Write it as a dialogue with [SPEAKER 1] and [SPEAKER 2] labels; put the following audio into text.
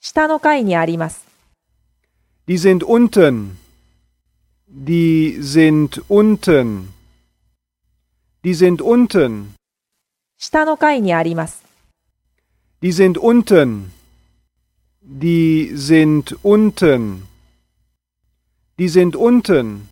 [SPEAKER 1] 下の階にあります。
[SPEAKER 2] Die sind unten. Die sind unten. Die sind unten.
[SPEAKER 1] 下の階にあります。
[SPEAKER 2] Die sind unten. Die sind unten. Die sind unten.